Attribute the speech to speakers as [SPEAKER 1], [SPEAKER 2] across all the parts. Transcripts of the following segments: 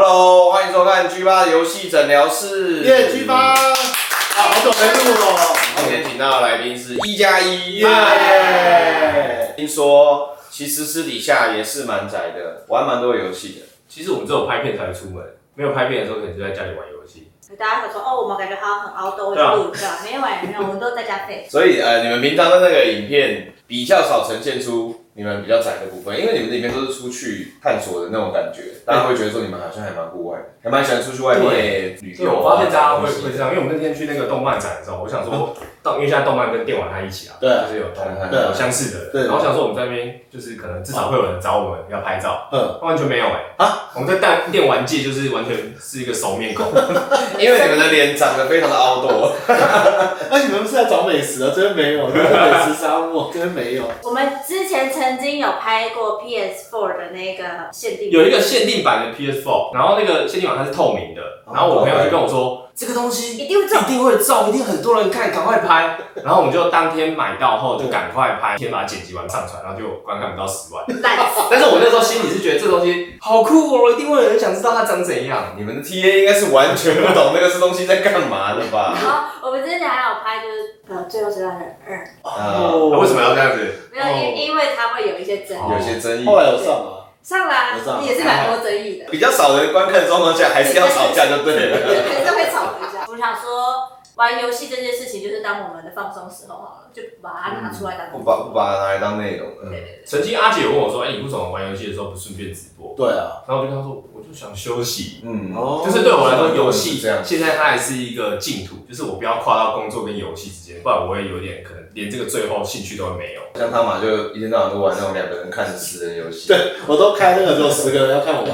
[SPEAKER 1] Hello，欢迎收看 G 八游戏诊疗室。
[SPEAKER 2] 耶，菊八，啊，好久没录了，
[SPEAKER 1] 今天请到的来宾是一加一。
[SPEAKER 2] 耶！
[SPEAKER 1] 听说其实私底下也是蛮宅的，玩蛮多游戏的。
[SPEAKER 3] 其实我们只有拍片才会出门，没有拍片的时候可能就在家里玩游戏。
[SPEAKER 4] 大家会说哦，我们感觉好像很熬多
[SPEAKER 3] 对啊
[SPEAKER 4] 路，对吧？没有哎，没有，我们都在家废。
[SPEAKER 1] 所以呃，你们平常的那个影片比较少呈现出你们比较宅的部分，因为你们的影片都是出去探索的那种感觉，大家会觉得说你们好像还蛮户外的，还蛮喜欢出去外面旅
[SPEAKER 3] 所以
[SPEAKER 1] 游
[SPEAKER 3] 我
[SPEAKER 1] 啊。
[SPEAKER 3] 发现大家会
[SPEAKER 1] 吃东
[SPEAKER 3] 会
[SPEAKER 1] 西
[SPEAKER 3] 这样，因为我们那天去那个动漫展的时候，我想说，到因为现在动漫跟电玩它一起啊，
[SPEAKER 2] 对
[SPEAKER 3] 就是有同
[SPEAKER 1] 对
[SPEAKER 3] 有相似的，
[SPEAKER 2] 对
[SPEAKER 3] 然后我想说我们在那边就是可能至少会有人找我们要拍照，
[SPEAKER 2] 嗯，
[SPEAKER 3] 完全没有哎啊，我们在电电玩界就是完全是一个熟面孔，
[SPEAKER 1] 因为你们的脸长得非常的凹凸。
[SPEAKER 2] 那哎你们不是在找美食啊？这边没有，这边美食沙 漠，这边没有。
[SPEAKER 4] 我们之前曾经有拍过 PS4 的那个限定，
[SPEAKER 3] 有一个限定版的 PS4，然后那个限定版它是透明的，然后我朋友就跟我说这个东西
[SPEAKER 4] 一定会中
[SPEAKER 3] 一。定会中，一定很多人看，赶快拍。然后我们就当天买到后就赶快拍，先把它剪辑完上传，然后就观看不到十万。
[SPEAKER 4] 烂死
[SPEAKER 3] 但是我那时候心里是觉得这东西好酷哦，一定会有人想知道它长怎样。
[SPEAKER 1] 你们的 TA 应该是完全不懂那个是东西在干嘛的吧？
[SPEAKER 4] 然后我们之前还有拍就是呃《最后阶段的二
[SPEAKER 2] 啊
[SPEAKER 1] 哦
[SPEAKER 3] 啊为什么要这样子？》，
[SPEAKER 4] 没有
[SPEAKER 2] 哦
[SPEAKER 4] 因因为它会有一些争
[SPEAKER 3] 哦
[SPEAKER 1] 有
[SPEAKER 4] 议，
[SPEAKER 1] 些争议。
[SPEAKER 2] 后来有上吗？
[SPEAKER 4] 上啦
[SPEAKER 2] 我知道
[SPEAKER 4] 也是蛮多争议的，
[SPEAKER 1] 比较少人观看的状况下，还是要吵架就对
[SPEAKER 2] 哦
[SPEAKER 1] 了。
[SPEAKER 4] 还是会吵一下。我想说玩游戏这件事情就是当我们的放松时候好了，就把它拿出来
[SPEAKER 2] 嗯
[SPEAKER 4] 当
[SPEAKER 1] 不把不把它拿来当内容了。
[SPEAKER 3] 曾经阿姐有问我说：“哎、你为什么玩游戏的时候不顺便直播
[SPEAKER 2] 对啊，？”
[SPEAKER 3] 然后我就跟她说：“我就想休息。”
[SPEAKER 1] 嗯，
[SPEAKER 2] 哦
[SPEAKER 3] 就是对我来说，游戏
[SPEAKER 1] 是这样
[SPEAKER 3] 现在它还是一个净土，就是我不要跨到工作跟游戏之间，不然我会有点可能连这个最后兴趣都会没有。
[SPEAKER 1] 嗯像他嘛，就一天到晚都玩那种两个人看的私人游戏，
[SPEAKER 2] 我都开那个只有十个人要看我玩，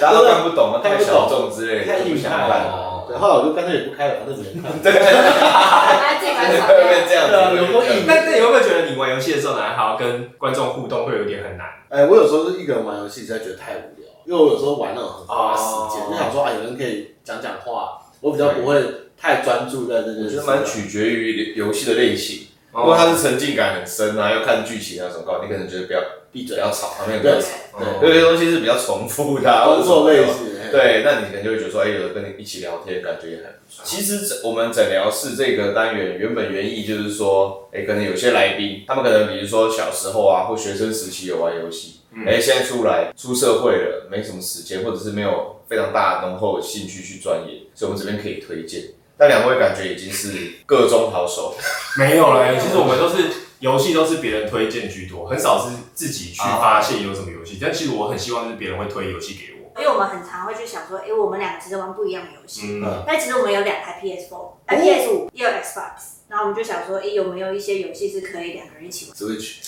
[SPEAKER 1] 大家都看不懂啊，太
[SPEAKER 2] 看不懂
[SPEAKER 1] 小众之类的，
[SPEAKER 2] 太
[SPEAKER 1] 就不
[SPEAKER 2] 硬
[SPEAKER 1] 想
[SPEAKER 2] 派
[SPEAKER 1] 看。
[SPEAKER 2] 了。对，后来我就干脆也不开了，反正只能看。
[SPEAKER 4] 来自己玩耍
[SPEAKER 1] 会不会这样
[SPEAKER 2] 对啊
[SPEAKER 1] 子？
[SPEAKER 2] 有够硬
[SPEAKER 3] 那那你会不会觉得你玩游戏的时候呢，还要跟观众互动，会有点很难？
[SPEAKER 2] 哎，我有时候是一个人玩游戏，实在觉得太无聊，因为我有时候玩那种很花时间，
[SPEAKER 3] 哦
[SPEAKER 2] 就想说啊，有人可以讲讲话，我比较不会太专注在这件
[SPEAKER 1] 我觉
[SPEAKER 2] 事
[SPEAKER 1] 得
[SPEAKER 2] 上。
[SPEAKER 1] 蛮取决于游戏的类型，
[SPEAKER 2] 哦
[SPEAKER 1] 如果它是沉浸感很深啊，要看剧情啊什么的，你可能觉得不要
[SPEAKER 2] 闭
[SPEAKER 1] 不
[SPEAKER 2] 嘴，
[SPEAKER 1] 要吵，旁边不要
[SPEAKER 2] 对
[SPEAKER 1] 吵。
[SPEAKER 3] 哦
[SPEAKER 1] 有些东西是比较重复的、啊，
[SPEAKER 2] 工作
[SPEAKER 1] 或者
[SPEAKER 2] 类
[SPEAKER 1] 什么的
[SPEAKER 2] 型。哎
[SPEAKER 1] 对，那你可能就会觉得说，哎、有人跟你一起聊天，感觉也很不错。其实这我们诊疗室这个单元原本原意就是说，哎、可能有些来宾，他们可能比如说小时候啊，或学生时期有玩游戏，哎、现在出来出社会了，没什么时间，或者是没有非常大浓厚的兴趣去钻研，所以我们这边可以推荐。但两位感觉已经是各中好手，
[SPEAKER 3] 没有嘞，其实我们都是游戏都是别人推荐居多，很少是自己去发现有什么游戏。但其实我很希望是别人会推游戏给我。
[SPEAKER 4] 因为我们很常会去想说，哎、我们两个其实玩不一样的游戏，
[SPEAKER 3] 嗯，
[SPEAKER 4] 但其实我们有两台 PS4、哎
[SPEAKER 1] 哦
[SPEAKER 4] PS 五，也有 Xbox，然后我们就想说，哎、有没有一些游戏是可以两个人一起玩？
[SPEAKER 2] ，Switch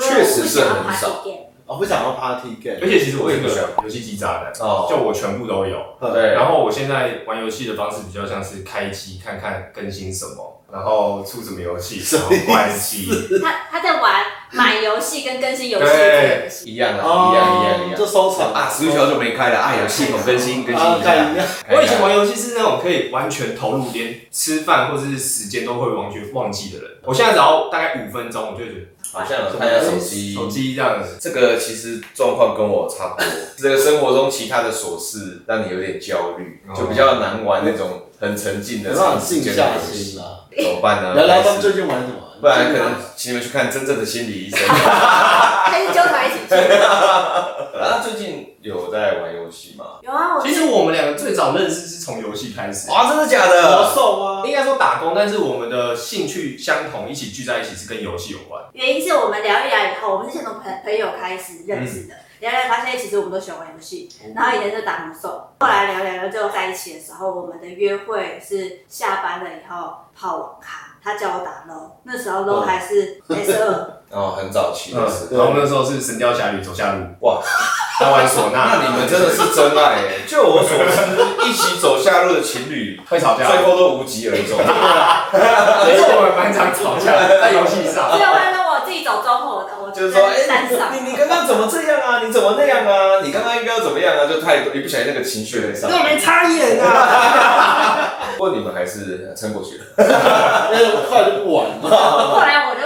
[SPEAKER 1] 确实是很少
[SPEAKER 4] 不是我不想要 party game，
[SPEAKER 2] 哦，不想要 party game，
[SPEAKER 3] 而且其实我
[SPEAKER 1] 我
[SPEAKER 3] 是
[SPEAKER 1] 也不喜
[SPEAKER 3] 个游戏机渣男，
[SPEAKER 1] 哦
[SPEAKER 3] 就我全部都有。
[SPEAKER 1] 对，
[SPEAKER 3] 然后我现在玩游戏的方式比较像是开机看看更新什么，然后出什么游戏，然后关机。
[SPEAKER 4] 他他在玩买游戏跟更新游戏
[SPEAKER 3] 对
[SPEAKER 4] 这个游戏。
[SPEAKER 1] 一样啊，
[SPEAKER 2] 哦
[SPEAKER 1] 一样一样一
[SPEAKER 2] 就
[SPEAKER 1] 样。
[SPEAKER 2] 收藏
[SPEAKER 1] 啊，十条就没开了啊，有系统更新更新
[SPEAKER 2] 啊
[SPEAKER 1] 一
[SPEAKER 2] 干一
[SPEAKER 1] 下。
[SPEAKER 2] 样。
[SPEAKER 3] 我以前玩游戏是那种可以完全投入，连吃饭或者是时间都会完全忘记的人。我现在只要大概五分钟，我就会觉得
[SPEAKER 1] 好像啊有看一下手机，
[SPEAKER 3] 手机这样子。
[SPEAKER 1] 这个其实状况跟我差不多， 这个生活中其他的琐事让你有点焦虑，
[SPEAKER 3] 哦
[SPEAKER 1] 就比较难玩那种很沉浸的
[SPEAKER 2] 没办
[SPEAKER 1] 长
[SPEAKER 2] 法静
[SPEAKER 1] 时间的
[SPEAKER 2] 下
[SPEAKER 1] 游戏
[SPEAKER 2] 心，啊。
[SPEAKER 1] 怎么办呢？
[SPEAKER 2] 聊聊他们
[SPEAKER 1] 还是
[SPEAKER 2] 最近玩什么？
[SPEAKER 1] 不然可能请你们去看真正的心理医 生。
[SPEAKER 4] 还是纠团一起去？
[SPEAKER 1] 啊，最近有在玩游戏吗？
[SPEAKER 4] 有啊，我
[SPEAKER 3] 其实我们两个最早认识是从游戏开始，
[SPEAKER 1] 啊哇，真的假
[SPEAKER 2] 魔
[SPEAKER 1] 的？
[SPEAKER 2] 兽啊，
[SPEAKER 3] 应该说打工，但是我们的兴趣相同，一起聚在一起是跟游戏有关。
[SPEAKER 4] 原因是我们聊一聊以后，我们是先从朋朋友开始认识的，聊聊发现其实我们都喜欢玩游戏，然后以前就打魔兽，后来聊聊聊就在一起的时候，我们的约会是下班了以后泡网咖，他叫我打 LO，那时候 LO 还是 S 二，
[SPEAKER 1] 哦，很早期的事。
[SPEAKER 3] 然后我们那时候是《神雕侠侣》走下路，
[SPEAKER 1] 哇，
[SPEAKER 3] 他玩唢呐，
[SPEAKER 1] 那你们真的是真爱耶！就我所知，一起走下路的情 侣，
[SPEAKER 3] 会吵
[SPEAKER 2] 啊
[SPEAKER 3] 架，
[SPEAKER 1] 最后都无疾而终。
[SPEAKER 3] 而且我们蛮常吵架的，在游戏上
[SPEAKER 4] 所以。会让我自己走中后的，我
[SPEAKER 1] 就是说，哎、
[SPEAKER 4] 单上。
[SPEAKER 1] 你你刚刚怎么这样啊？你怎么那样啊？你刚刚应该要怎么样啊？就太多，一不小心那个情绪很上。
[SPEAKER 3] 没插眼啊！
[SPEAKER 1] 不过你们还是撑过去了。
[SPEAKER 2] 因为我后来就不玩嘛。
[SPEAKER 4] 后来我就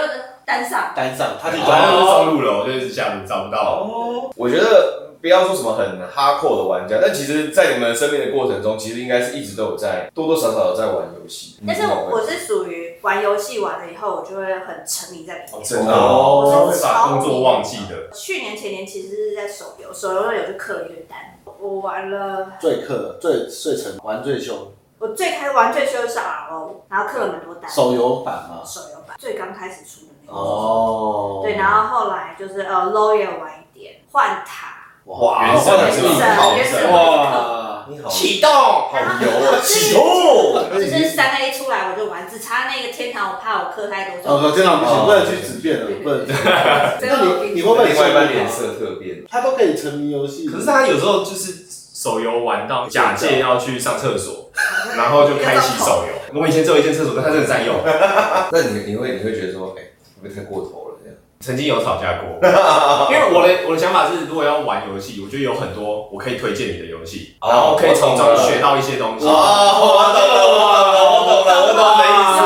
[SPEAKER 4] 单上，
[SPEAKER 2] 单上，他去
[SPEAKER 3] 反正就是
[SPEAKER 2] 找
[SPEAKER 3] 上路了，我就是下路找不到。
[SPEAKER 1] 哦，我觉得不要说什么很哈扣的玩家，但其实，在你们生命的过程中，其实应该是一直都有在多多少少有在玩游戏。嗯
[SPEAKER 4] 但是我我是属于玩游戏玩了以后，我就会很沉迷在里面。
[SPEAKER 1] 真的
[SPEAKER 3] 哦，
[SPEAKER 4] 我是
[SPEAKER 3] 把
[SPEAKER 4] 超
[SPEAKER 3] 工作忘记的，
[SPEAKER 4] 去年前年其实是在手游，手游有就氪一个单，我玩了，
[SPEAKER 2] 最氪、最最沉、玩最凶，
[SPEAKER 4] 我最开玩最凶是 RO，然后氪了蛮多单，
[SPEAKER 2] 手游版嘛。
[SPEAKER 4] 手游版最刚开始出的那个，
[SPEAKER 2] 哦，
[SPEAKER 4] 对，然后后来就是呃 low 也玩一点，换塔，
[SPEAKER 1] 哇，
[SPEAKER 3] 原神
[SPEAKER 1] 换
[SPEAKER 4] 原
[SPEAKER 1] 成
[SPEAKER 4] 神
[SPEAKER 1] 是你好
[SPEAKER 4] 原神
[SPEAKER 1] 哇，
[SPEAKER 2] 哇，
[SPEAKER 1] 你好
[SPEAKER 2] 哦
[SPEAKER 3] 启动，
[SPEAKER 1] 好油啊，起
[SPEAKER 4] 就
[SPEAKER 1] 哦！
[SPEAKER 4] 是三 A 出来我就玩，只差那个天堂，我怕我氪太多，
[SPEAKER 2] 哦，
[SPEAKER 4] 就
[SPEAKER 2] 天哪，不
[SPEAKER 1] 哦
[SPEAKER 2] 行，不能去纸变了，不能去。那你你会不会
[SPEAKER 1] 另外一半脸色特变，
[SPEAKER 2] 他都可以沉迷游戏，
[SPEAKER 3] 可是他有时候就是手游玩到假借要去上厕所，然后就开启手游。我以前只有一间厕所，但他真的占用。
[SPEAKER 1] 那你你会你会觉得说，哎，会不会太过头了这样？
[SPEAKER 3] 曾经有吵架过，因为我的我的想法是，如果要玩游戏，我觉得有很多我可以推荐你的游戏，
[SPEAKER 1] 哦
[SPEAKER 3] 然后可以从
[SPEAKER 1] 我懂
[SPEAKER 3] 中
[SPEAKER 1] 了
[SPEAKER 3] 学到一些东西。
[SPEAKER 1] 我懂了，我懂了，我懂
[SPEAKER 4] 有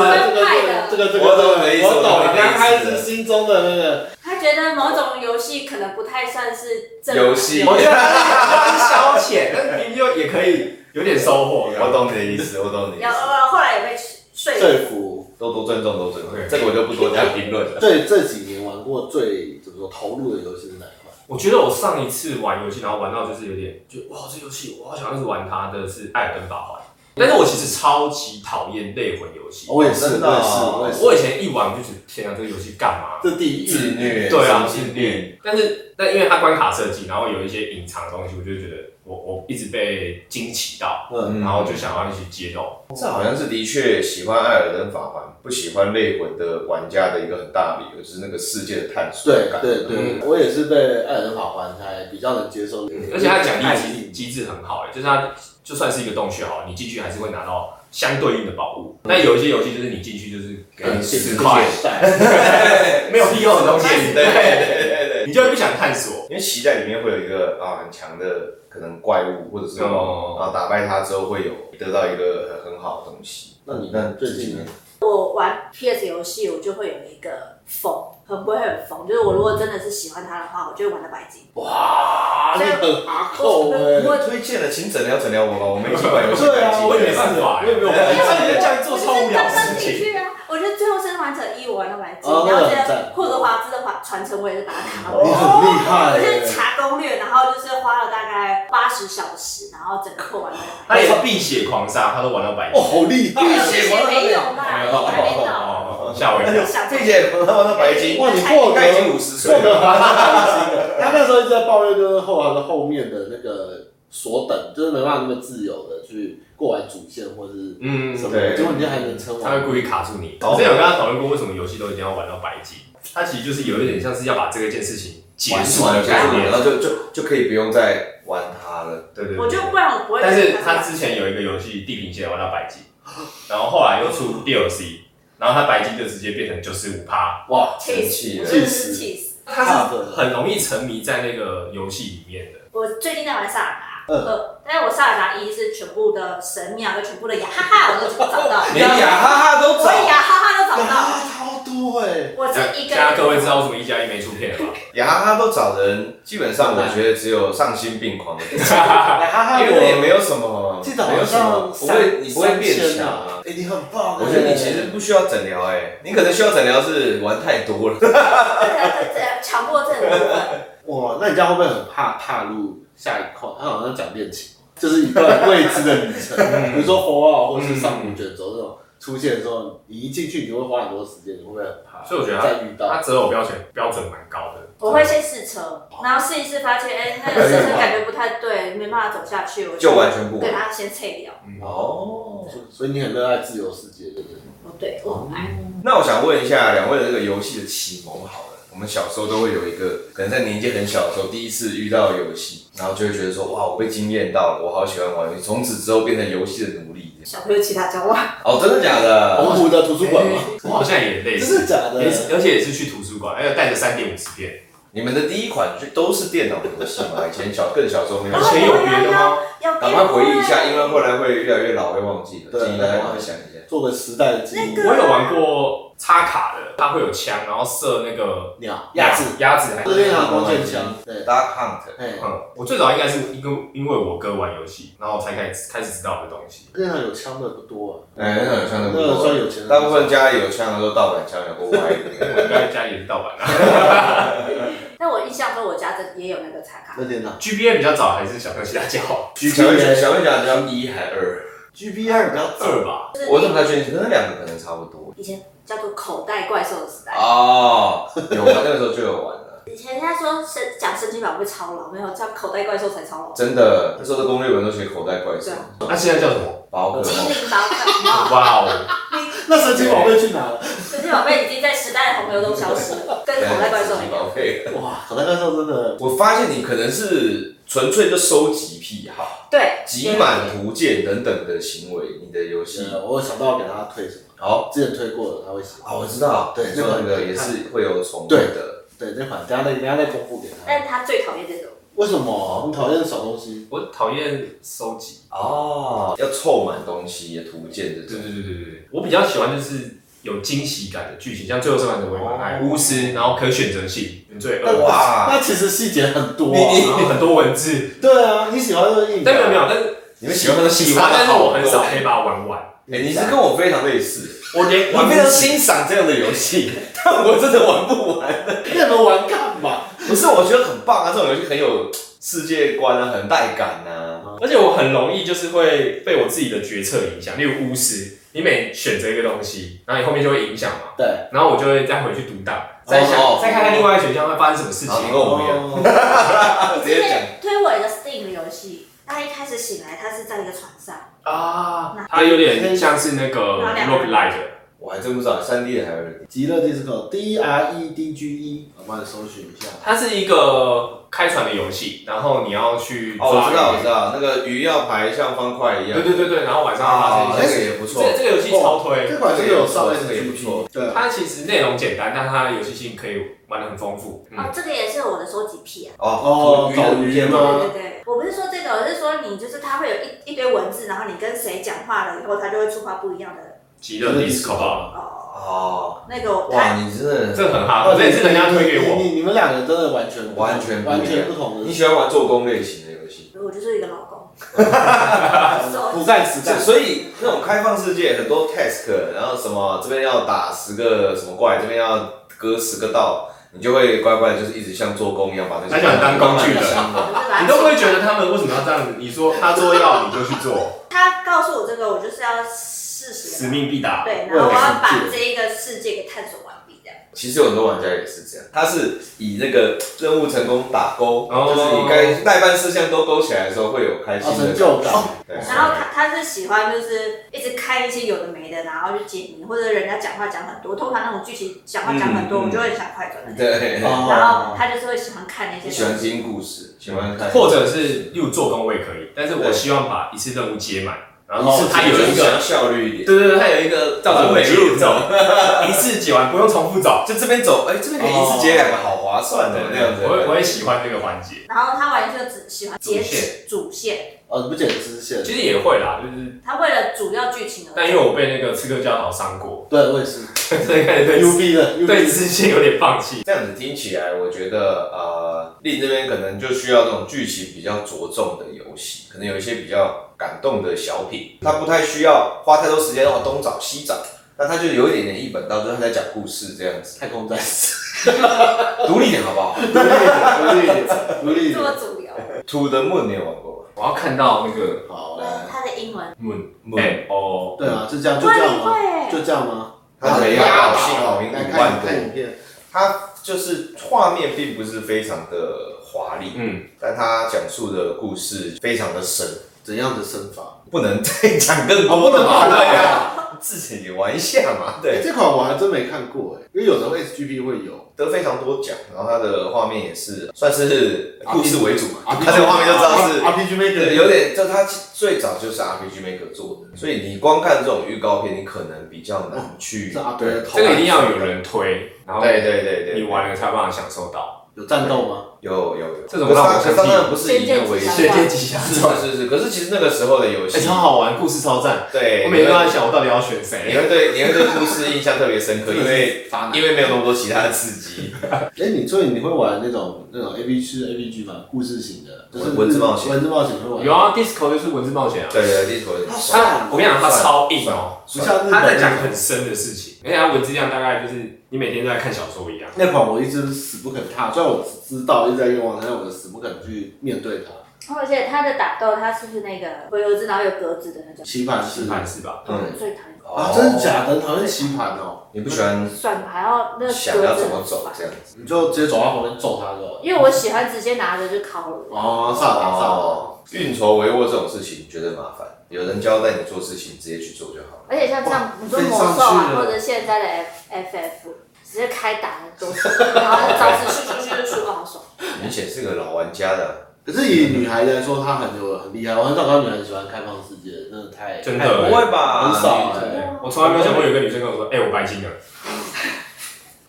[SPEAKER 1] 了，
[SPEAKER 4] 分派的
[SPEAKER 2] 这个这个，
[SPEAKER 1] 我懂你的意思
[SPEAKER 2] 我
[SPEAKER 1] 我
[SPEAKER 2] 懂
[SPEAKER 1] 懂
[SPEAKER 2] 你
[SPEAKER 1] 你的意思
[SPEAKER 2] 刚开始心中的那个，
[SPEAKER 4] 他觉得某种游戏可能不太算是正
[SPEAKER 1] 游戏
[SPEAKER 3] 我觉得 它是消遣，但是你又也可以有点收获。
[SPEAKER 1] 我懂你的意思，我懂你的意
[SPEAKER 4] 然后
[SPEAKER 1] 思，
[SPEAKER 4] 呃后来也被睡
[SPEAKER 2] 说服。
[SPEAKER 1] 多多尊重，多尊重，这个我就不多加评论了。
[SPEAKER 2] 最这几年玩过最怎么说投入的游戏是哪一款？
[SPEAKER 3] 我觉得我上一次玩游戏，然后玩到就是有点，就哇这游戏我好想一直玩它的是《艾尔登法环》，但是我其实超级讨厌类魂游戏。
[SPEAKER 2] 我也是，我也
[SPEAKER 1] 真
[SPEAKER 2] 是，
[SPEAKER 1] 的哦
[SPEAKER 2] 我也是。
[SPEAKER 3] 我以前一玩就觉得天啊，这个游戏干嘛？
[SPEAKER 2] 这第一
[SPEAKER 1] 自虐，
[SPEAKER 3] 对啊，
[SPEAKER 1] 自
[SPEAKER 3] 是
[SPEAKER 1] 虐，
[SPEAKER 3] 虐。但是，但因为它关卡设计，然后有一些隐藏的东西，我就觉得我我一直被惊奇到，
[SPEAKER 2] 嗯，
[SPEAKER 3] 然后就想要一起揭露。
[SPEAKER 1] 这好像是的确喜欢艾尔登法环，不喜欢类魂的玩家的一个很大的理由，就是那个世界的探索
[SPEAKER 2] 对
[SPEAKER 1] 感。
[SPEAKER 2] 对对，我也是被艾尔登法环才比较能接受，
[SPEAKER 3] 而且它奖励
[SPEAKER 2] 爱
[SPEAKER 3] 机机制很好、欸，就是它就算是一个洞穴好了，你进去还是会拿到相对应的宝物。但有一些游戏就是你进去就是给你十块，没有必要的东西，
[SPEAKER 1] 对对对对，
[SPEAKER 3] 你就会不想探索。
[SPEAKER 1] 因为期待里面会有一个啊很强的可能怪物，或者是
[SPEAKER 3] 哦
[SPEAKER 1] 啊打败它之后会有得到一个很很好的东西。
[SPEAKER 2] 那你
[SPEAKER 1] 那
[SPEAKER 2] 看最近呢？
[SPEAKER 4] 我玩 PS 游戏，我就会有一个疯，很不会很疯，就是我如果真的是喜欢它的话，我就会玩到白金。
[SPEAKER 2] 哇，你很哈扣哎
[SPEAKER 4] 我。
[SPEAKER 1] 我推荐了，请诊疗诊疗我吧，我们一起玩游戏。
[SPEAKER 2] 对啊，
[SPEAKER 1] 我
[SPEAKER 2] 我
[SPEAKER 1] 也
[SPEAKER 2] 也
[SPEAKER 1] 没
[SPEAKER 2] 是
[SPEAKER 1] 办法。，
[SPEAKER 2] 我也没有
[SPEAKER 3] 你
[SPEAKER 2] 玩。
[SPEAKER 3] 在家里做超无聊的
[SPEAKER 4] 刚
[SPEAKER 3] 事
[SPEAKER 4] 刚进
[SPEAKER 3] 情。
[SPEAKER 4] 去啊！我觉得《最后生还者一》我玩到白金，
[SPEAKER 2] 哦
[SPEAKER 4] 然后觉
[SPEAKER 2] 那很
[SPEAKER 4] 得
[SPEAKER 2] 赞
[SPEAKER 4] 《霍格华兹的传承》我也是把它卡
[SPEAKER 3] 哦
[SPEAKER 2] 你
[SPEAKER 4] 完。
[SPEAKER 2] 很哎厉害啊
[SPEAKER 4] 我就是
[SPEAKER 2] 耶，
[SPEAKER 4] 查攻略，然后就是花了大概八十小时，然后整个破完了。
[SPEAKER 3] 他也是碧血狂杀，他都玩到白
[SPEAKER 2] 哦，
[SPEAKER 3] 金。
[SPEAKER 2] 好厉害！
[SPEAKER 4] 没有啦，还没到。
[SPEAKER 3] 哦，吓我一跳。
[SPEAKER 4] 想
[SPEAKER 1] 这届我他妈到白金，
[SPEAKER 2] 哇，你获
[SPEAKER 1] 应该已
[SPEAKER 2] 得
[SPEAKER 1] 经五十岁
[SPEAKER 2] 获
[SPEAKER 1] 了。
[SPEAKER 2] 得华纳明星，他那时候一直在抱怨，就是后来的后面的那个所等，就是没办法那么自由的去过完主线或是
[SPEAKER 3] 嗯，
[SPEAKER 2] 什么
[SPEAKER 1] 对
[SPEAKER 2] 的，结果你就还能撑
[SPEAKER 3] 他会
[SPEAKER 2] 完。
[SPEAKER 3] 故意卡住你。我之前有跟他讨论过，为什么游戏都一定要玩到白金？他其实就是有一点像是要把这个件事情结束
[SPEAKER 1] 完
[SPEAKER 3] 的
[SPEAKER 1] 了，
[SPEAKER 3] 概念
[SPEAKER 1] 然。后就就就可以不用再玩它了。
[SPEAKER 3] 对对对。
[SPEAKER 4] 我就不然我不会。
[SPEAKER 3] 但是他之前有一个游戏《地平线》玩到白金，然后后来又出 DLC，然后他白金就直接变成九十五趴，
[SPEAKER 2] 哇，
[SPEAKER 4] 气死，我真的是气死。
[SPEAKER 3] 他是很容易沉迷在那个游戏里面的。
[SPEAKER 4] 我最近在玩萨尔达，呃，但是我萨尔达一是全部的神庙跟全部的雅哈哈我都全部找到，
[SPEAKER 1] 连
[SPEAKER 3] 嗯
[SPEAKER 1] 雅哈哈都
[SPEAKER 4] 我连
[SPEAKER 1] 找，
[SPEAKER 4] 雅哈哈都找不到，
[SPEAKER 2] 超多哎！
[SPEAKER 4] 我是一
[SPEAKER 3] 现
[SPEAKER 4] 个
[SPEAKER 3] 在各位知道为什么一加一没出片了吧？
[SPEAKER 1] 雅哈哈都找人，基本上我觉得只有丧心病 狂的，
[SPEAKER 2] 哈
[SPEAKER 1] 因为也没有什么，
[SPEAKER 2] 记得
[SPEAKER 1] 没
[SPEAKER 2] 好
[SPEAKER 1] 有什么
[SPEAKER 2] 像
[SPEAKER 1] 不会，你不会变强啊。
[SPEAKER 2] 啊！哎，你很棒哎！
[SPEAKER 1] 我觉得你其实不需要诊疗，哎，你可能需要诊疗是玩太多了。
[SPEAKER 4] 强迫症的部分，
[SPEAKER 2] 哇，那你这样会不会很怕踏入下一块？他好像讲恋情，就是一段未知的旅程，比如说佛奥或是上古卷轴这种出现的时候，你一进去你就会花很多时间，你会不会很怕？
[SPEAKER 3] 所以我觉得
[SPEAKER 2] 再遇到
[SPEAKER 3] 他择偶标准标准蛮高的。
[SPEAKER 4] 我会先试车，
[SPEAKER 1] 哦
[SPEAKER 4] 然后试一试发现，哎，那个试车感觉不太对，没办法走下去，我
[SPEAKER 1] 就完全不玩
[SPEAKER 4] 跟他先撤掉。
[SPEAKER 1] 哦，
[SPEAKER 2] 所以你很热爱自由世界，对不对？
[SPEAKER 4] 哦，对，我很爱。
[SPEAKER 1] 那我想问一下两位的这个游戏的启蒙好了。我们小时候都会有一个，可能在年纪很小的时候，第一次遇到游戏，然后就会觉得说，哇，我被惊艳到了，我好喜欢玩游戏，从此之后变成游戏的奴隶。
[SPEAKER 4] 小朋友其他交往，
[SPEAKER 1] 哦，真的假的？
[SPEAKER 2] 澎湖的图书馆吗？
[SPEAKER 3] 我好像也
[SPEAKER 2] 真的
[SPEAKER 3] 类似，
[SPEAKER 2] 哎假的
[SPEAKER 3] 也？是而且也是去图书馆，还有带着三点五十片。
[SPEAKER 1] 你们的第一款就都是电脑游戏吗？以前小更小时候没有
[SPEAKER 4] 然
[SPEAKER 3] 而
[SPEAKER 2] 哦
[SPEAKER 4] 后
[SPEAKER 1] 钱
[SPEAKER 4] 有
[SPEAKER 3] 且有
[SPEAKER 4] 有
[SPEAKER 3] 约的吗
[SPEAKER 4] 有要
[SPEAKER 1] 赶
[SPEAKER 4] 变
[SPEAKER 1] 快
[SPEAKER 4] 会
[SPEAKER 1] 回忆一下，因为后来会越来越老，会忘记的。
[SPEAKER 2] 对
[SPEAKER 1] 建议大家赶快想一下。
[SPEAKER 2] 做个时代的记
[SPEAKER 4] 那
[SPEAKER 2] 忆。
[SPEAKER 4] 个
[SPEAKER 3] 我有玩过插卡的，它会有枪，然后射那个
[SPEAKER 2] 鸟鸭子，，
[SPEAKER 3] 鸭子还
[SPEAKER 2] 这啊是拿光剑枪，对，
[SPEAKER 1] Dark Hunt，
[SPEAKER 2] 哎，
[SPEAKER 3] 嗯，我最早应该是因为因为我哥玩游戏，然后才开始开始知道的东西。
[SPEAKER 2] 任何有枪的不多啊，
[SPEAKER 1] 哎，那种枪的不
[SPEAKER 2] 那个算
[SPEAKER 1] 多，
[SPEAKER 2] 有钱人，
[SPEAKER 1] 大部分家里有枪的都盗版枪，有够歪的。
[SPEAKER 3] 我应该家里也是盗版的、啊
[SPEAKER 4] 但我印象中我家这也有那个插卡
[SPEAKER 2] 那，天哪
[SPEAKER 3] g b a 比较早还是小哥家教
[SPEAKER 1] 小妹讲，小妹讲叫一还二，
[SPEAKER 2] ，G B R 比较早，
[SPEAKER 3] 二吧？
[SPEAKER 4] 就是
[SPEAKER 1] 我怎么不太确定，可能两个可能差不多。
[SPEAKER 4] 以前叫做口袋怪兽的时代。
[SPEAKER 1] 哦，有啊，那个时候就有玩了，
[SPEAKER 4] 以前人家说神讲神奇宝贝超老，没有叫口袋怪兽才超 老。
[SPEAKER 1] 真的，那时候的攻略文都写口袋怪兽
[SPEAKER 4] 对、
[SPEAKER 3] 那现在叫什么？
[SPEAKER 1] 宝可
[SPEAKER 4] 精
[SPEAKER 1] 梦。
[SPEAKER 4] 灵宝可
[SPEAKER 2] 啊
[SPEAKER 4] 梦，
[SPEAKER 3] 哇哦！
[SPEAKER 2] 那神奇宝贝去哪了？
[SPEAKER 4] 神奇宝贝已经在时代的洪流中消失了，跟口袋怪兽 一样。
[SPEAKER 1] 宝贝，
[SPEAKER 2] 哇，口袋怪兽真的，
[SPEAKER 1] 我发现你可能是纯粹就收集癖好，
[SPEAKER 4] 对，
[SPEAKER 1] 集满图鉴等等的行为，你的游戏
[SPEAKER 2] 呃我有想到给他推什么，
[SPEAKER 1] 好
[SPEAKER 2] 之前推过的他会喜欢，
[SPEAKER 1] 啊，我知道，
[SPEAKER 2] 对
[SPEAKER 1] 那款的也是会有重复的，
[SPEAKER 2] 对，那款，等一下再等一下再公布给他。
[SPEAKER 4] 但他最讨厌这种，
[SPEAKER 2] 为什么？你啊讨厌小东西？
[SPEAKER 3] 我讨厌收集。
[SPEAKER 1] 哦，要凑满东西图鉴这
[SPEAKER 3] 对
[SPEAKER 1] 种，
[SPEAKER 3] 对对对对对，我比较喜欢就是有惊喜感的剧情，像《最后生还者》我也蛮爱，
[SPEAKER 2] 哦
[SPEAKER 3] 巫师，然后可选择性，
[SPEAKER 1] 嗯
[SPEAKER 3] 罪
[SPEAKER 2] 但
[SPEAKER 3] 恶，
[SPEAKER 1] 哇
[SPEAKER 2] 那其实细节很多啊。
[SPEAKER 1] 你
[SPEAKER 3] 然后很多文字。
[SPEAKER 2] 对啊，你喜欢这个硬
[SPEAKER 3] 但没有没
[SPEAKER 2] 有？
[SPEAKER 3] 有，但是
[SPEAKER 1] 你嗯们喜欢的喜欢，
[SPEAKER 3] 但是我很少可以把它玩完。
[SPEAKER 1] 哎，你是跟我非常类似，
[SPEAKER 3] 我连
[SPEAKER 1] 我
[SPEAKER 3] 玩
[SPEAKER 1] 非常欣赏这样的游戏， 但我真的玩不完。
[SPEAKER 2] 那你们玩干嘛？
[SPEAKER 1] 不是，我觉得很棒啊，这种游戏很有世界观啊，很带感啊。
[SPEAKER 3] 而且我很容易就是会被我自己的决策影响，例如巫师，你每选择一个东西，然后你后面就会影响嘛，
[SPEAKER 2] 对，
[SPEAKER 3] 然后我就会再回去读档，再想、
[SPEAKER 1] 哦
[SPEAKER 3] 再看看另外一个选项会发生什么事情。
[SPEAKER 1] 好跟我不一样
[SPEAKER 2] 哦
[SPEAKER 1] 啊，直
[SPEAKER 4] 之
[SPEAKER 1] 接讲，
[SPEAKER 4] 前推我一个 Steam 游戏，他一开始醒来他是在一个床上，
[SPEAKER 1] 哦
[SPEAKER 3] 啊，它有点像是那个
[SPEAKER 4] 然后两个
[SPEAKER 3] rock light，
[SPEAKER 1] 我还真不知道三 D 的还有人
[SPEAKER 2] 极乐 disco D R E D G E，我帮你搜寻一下。
[SPEAKER 3] 它是一个开船的游戏，然后你要去抓
[SPEAKER 1] 哦，我知道，
[SPEAKER 3] 鱼
[SPEAKER 1] 我知道，那个鱼要排像方块一样。
[SPEAKER 3] 对对对对，然后晚上
[SPEAKER 1] 啊，
[SPEAKER 3] 发生
[SPEAKER 1] 那
[SPEAKER 3] 一些。
[SPEAKER 1] 个也不错。
[SPEAKER 3] 这这个游戏超推，
[SPEAKER 2] 哦这款是有上
[SPEAKER 1] 这个也不错
[SPEAKER 2] SGP，对啊，
[SPEAKER 3] 它其实内容简单，但它的游戏性可以玩的很丰富。嗯
[SPEAKER 4] 哦，这个也是我的收集癖啊。
[SPEAKER 1] 哦
[SPEAKER 2] 哦，找
[SPEAKER 1] 鱼
[SPEAKER 2] 鱼
[SPEAKER 1] 片
[SPEAKER 2] 吗
[SPEAKER 4] 对对对，我不是说这个，我是说你就是它会有一一堆文字，然后你跟谁讲话了以后，它就会触发不一样的
[SPEAKER 3] 极乐 disco 吧，
[SPEAKER 4] 哦。
[SPEAKER 1] 哦，
[SPEAKER 4] 那个我
[SPEAKER 1] 哇，
[SPEAKER 4] 看
[SPEAKER 1] 你真的
[SPEAKER 3] 这很好，
[SPEAKER 1] 啊
[SPEAKER 3] 这也是人家推给我
[SPEAKER 2] 哦你。你你们两个真的完全不同
[SPEAKER 1] 完全不一样
[SPEAKER 2] 完全不同的
[SPEAKER 1] 你，喜欢玩做攻略型的游戏，
[SPEAKER 4] 我就是一个老公，
[SPEAKER 2] 呃不干实干。
[SPEAKER 1] 所以那种开放世界很多 task，然后什么这边要打十个什么怪，这边要割十个道，你就会乖乖地就是一直像做工一样把那些。
[SPEAKER 3] 他喜欢当工具人
[SPEAKER 4] 我就是把它
[SPEAKER 3] 你都不会觉得他们为什么要这样子？你说他说要你就去 做，
[SPEAKER 4] 他告诉我这个，我就是要试试啊
[SPEAKER 3] 使。命必达。
[SPEAKER 2] 为
[SPEAKER 4] 对，然
[SPEAKER 2] 了
[SPEAKER 4] 后我要
[SPEAKER 2] 世界
[SPEAKER 4] 把这一个世界给探索完毕，这样。
[SPEAKER 1] 其实有很多玩家也是这样，他是以那个任务成功打勾，
[SPEAKER 3] 哦
[SPEAKER 1] 就是你该代办事项都勾起来的时候，会有开心
[SPEAKER 2] 啊，
[SPEAKER 1] 的
[SPEAKER 2] 成就感。
[SPEAKER 1] 对
[SPEAKER 4] 哦然后他他是喜欢就是一直看一些有的没的，然后去解谜，或者人家讲话讲很多，通常那种剧情讲话讲很多，
[SPEAKER 1] 嗯嗯
[SPEAKER 4] 我就会想快转的。
[SPEAKER 1] 对，
[SPEAKER 2] 哦
[SPEAKER 4] 然后他就是会喜欢看那些
[SPEAKER 1] 你喜欢
[SPEAKER 4] 东西。
[SPEAKER 1] 听故事，喜欢看，
[SPEAKER 3] 或者是例如做工我也可以，但是我
[SPEAKER 1] 对
[SPEAKER 3] 希望把一次任务接满，然后他有
[SPEAKER 1] 就是
[SPEAKER 3] 一个，
[SPEAKER 1] 想效率一点。
[SPEAKER 3] 对对对，他有一个照着每路走，一次解完不用重复找，
[SPEAKER 1] 就这边走，哎、这边可以一次接两个，好划算的、那样子。
[SPEAKER 3] 我会我会喜欢这个环节。
[SPEAKER 4] 然后他完全就只喜欢截
[SPEAKER 3] 主线
[SPEAKER 4] 止主线，
[SPEAKER 2] 哦，你不剪支线。
[SPEAKER 3] 其实也会啦，就是，
[SPEAKER 4] 他为了主要剧情而。
[SPEAKER 3] 但因为我被那个刺客教条伤过，
[SPEAKER 2] 对，我也是。
[SPEAKER 3] 所以开始对
[SPEAKER 2] U B 的 U
[SPEAKER 3] 对
[SPEAKER 2] B
[SPEAKER 3] 支线有点放弃。
[SPEAKER 1] 这样子听起来，我觉得呃，令这边可能就需要这种剧情比较着重的游戏，可能有一些比较感动的小品，它不太需要花太多时间哦东找西找，但它就有一点点一本道，就是他在讲故事这样 子，
[SPEAKER 2] 太空战士，
[SPEAKER 1] 独立一点好不好
[SPEAKER 2] 独立一点，独立一
[SPEAKER 4] 这么
[SPEAKER 2] 点。
[SPEAKER 4] 主
[SPEAKER 1] ？To
[SPEAKER 4] 流，
[SPEAKER 1] the Moon 你有玩过吗
[SPEAKER 3] 我要看到那个
[SPEAKER 2] 好
[SPEAKER 4] 呃
[SPEAKER 1] 嗯
[SPEAKER 2] 嘞，
[SPEAKER 4] 他的英文，
[SPEAKER 3] moon
[SPEAKER 1] Moon
[SPEAKER 3] M O，
[SPEAKER 2] 对啊，就这样，就
[SPEAKER 4] 哇，
[SPEAKER 2] 这
[SPEAKER 4] 你
[SPEAKER 2] 样吗？
[SPEAKER 4] 会
[SPEAKER 2] 就这样吗？
[SPEAKER 1] 它的
[SPEAKER 2] 呀
[SPEAKER 1] 要性好评
[SPEAKER 2] 来
[SPEAKER 1] 五万
[SPEAKER 2] 看
[SPEAKER 1] 多
[SPEAKER 2] 看，影片，
[SPEAKER 1] 它就是画面并不是非常的华丽，
[SPEAKER 3] 嗯，
[SPEAKER 1] 但它讲述的故事非常的深，
[SPEAKER 2] 怎样的身法？
[SPEAKER 1] 不能再讲更
[SPEAKER 2] 哦
[SPEAKER 1] 多
[SPEAKER 2] 不
[SPEAKER 1] 了
[SPEAKER 2] 能
[SPEAKER 1] 嘛，
[SPEAKER 2] 吧
[SPEAKER 1] 对啊，自己玩一下嘛，对。
[SPEAKER 2] 哎这款我还真没看过哎，因为有时候 S G P 会有。
[SPEAKER 1] 得非常多奖，然后它的画面也是算是故事为主嘛，
[SPEAKER 2] 啊
[SPEAKER 1] 它这个画面就知道是
[SPEAKER 2] RPG 啊 Maker，
[SPEAKER 1] 对有点，就它最早就是 RPG Maker 做的，所以你光看这种预告片，你可能比较难去
[SPEAKER 2] 是 RPG
[SPEAKER 1] 对
[SPEAKER 2] 的头
[SPEAKER 3] 这个一定要有人推，然后
[SPEAKER 1] 对对对对，
[SPEAKER 3] 你玩了才有办法享受到。
[SPEAKER 2] 有战斗吗？
[SPEAKER 1] 有有有，
[SPEAKER 3] 这种
[SPEAKER 1] 可是
[SPEAKER 3] 让我
[SPEAKER 1] 它可是它
[SPEAKER 3] 想起
[SPEAKER 1] 当然不是以那为
[SPEAKER 4] 仙剑奇侠
[SPEAKER 1] 是
[SPEAKER 3] 血溅几下转，
[SPEAKER 1] 是是是，可是其实那个时候的游
[SPEAKER 3] 哎，
[SPEAKER 1] 戏，
[SPEAKER 3] 超好玩，故事超赞。
[SPEAKER 1] 对，
[SPEAKER 3] 我每天都
[SPEAKER 1] 你会
[SPEAKER 3] 在想，我到底要选
[SPEAKER 1] 你
[SPEAKER 3] 谁？
[SPEAKER 1] 会对你会对故事印象特别 深刻，因为
[SPEAKER 2] 发
[SPEAKER 1] 因为没有那么多其他的刺激，
[SPEAKER 2] 哎，你所以你会玩那种那种 A B 是 A B G 吗？故事型的，就是
[SPEAKER 1] 文文字冒险
[SPEAKER 2] 文字冒险会玩。
[SPEAKER 3] 有，啊，Disco 就是文字冒险啊。
[SPEAKER 1] 对对，地图的
[SPEAKER 2] 它算
[SPEAKER 3] 他，我跟你讲，他超硬哦，
[SPEAKER 2] 不像日本
[SPEAKER 3] 他在讲
[SPEAKER 2] 那种
[SPEAKER 3] 很深的事情，而且他文字量大概就是你每天都在看小说一样。
[SPEAKER 2] 那款我一直死不肯踏，虽然我知道一直在愿望，但是我死不肯去面对它。
[SPEAKER 4] 而且他的打斗，他是不是那个回合制，然后有格子的那种？
[SPEAKER 2] 棋盘是
[SPEAKER 3] 棋盘是吧？
[SPEAKER 1] 嗯
[SPEAKER 4] 最讨厌
[SPEAKER 2] 啊，真的假的？讨厌棋盘哦，
[SPEAKER 1] 哦你不喜欢
[SPEAKER 4] 算牌，然后那个格子
[SPEAKER 1] 想要怎么
[SPEAKER 4] 很
[SPEAKER 1] 走
[SPEAKER 4] 烦
[SPEAKER 1] 这样子，
[SPEAKER 2] 你就直接走到旁边揍他就好了。
[SPEAKER 4] 因为我喜欢直接拿着就敲了。
[SPEAKER 2] 哦，萨达萨达，
[SPEAKER 1] 哦，运筹帷幄这种事情觉得麻烦，有人交代你做事情，直接去做就好了。
[SPEAKER 4] 而且像这样，你说魔兽啊，或者现在的 F F F，直接开打的都是，然后招式咻咻咻就出，好爽。
[SPEAKER 1] 明显是个老玩家的，
[SPEAKER 2] 可是以女孩来说，她很有很厉害。我很少看到女孩喜欢开放世界，真的太
[SPEAKER 3] 真
[SPEAKER 2] 太
[SPEAKER 3] 的
[SPEAKER 1] 不会吧？
[SPEAKER 2] 很少
[SPEAKER 3] 啊
[SPEAKER 2] 哎
[SPEAKER 3] 我从来没有想过有一个女生跟我说：“哎，我白金了。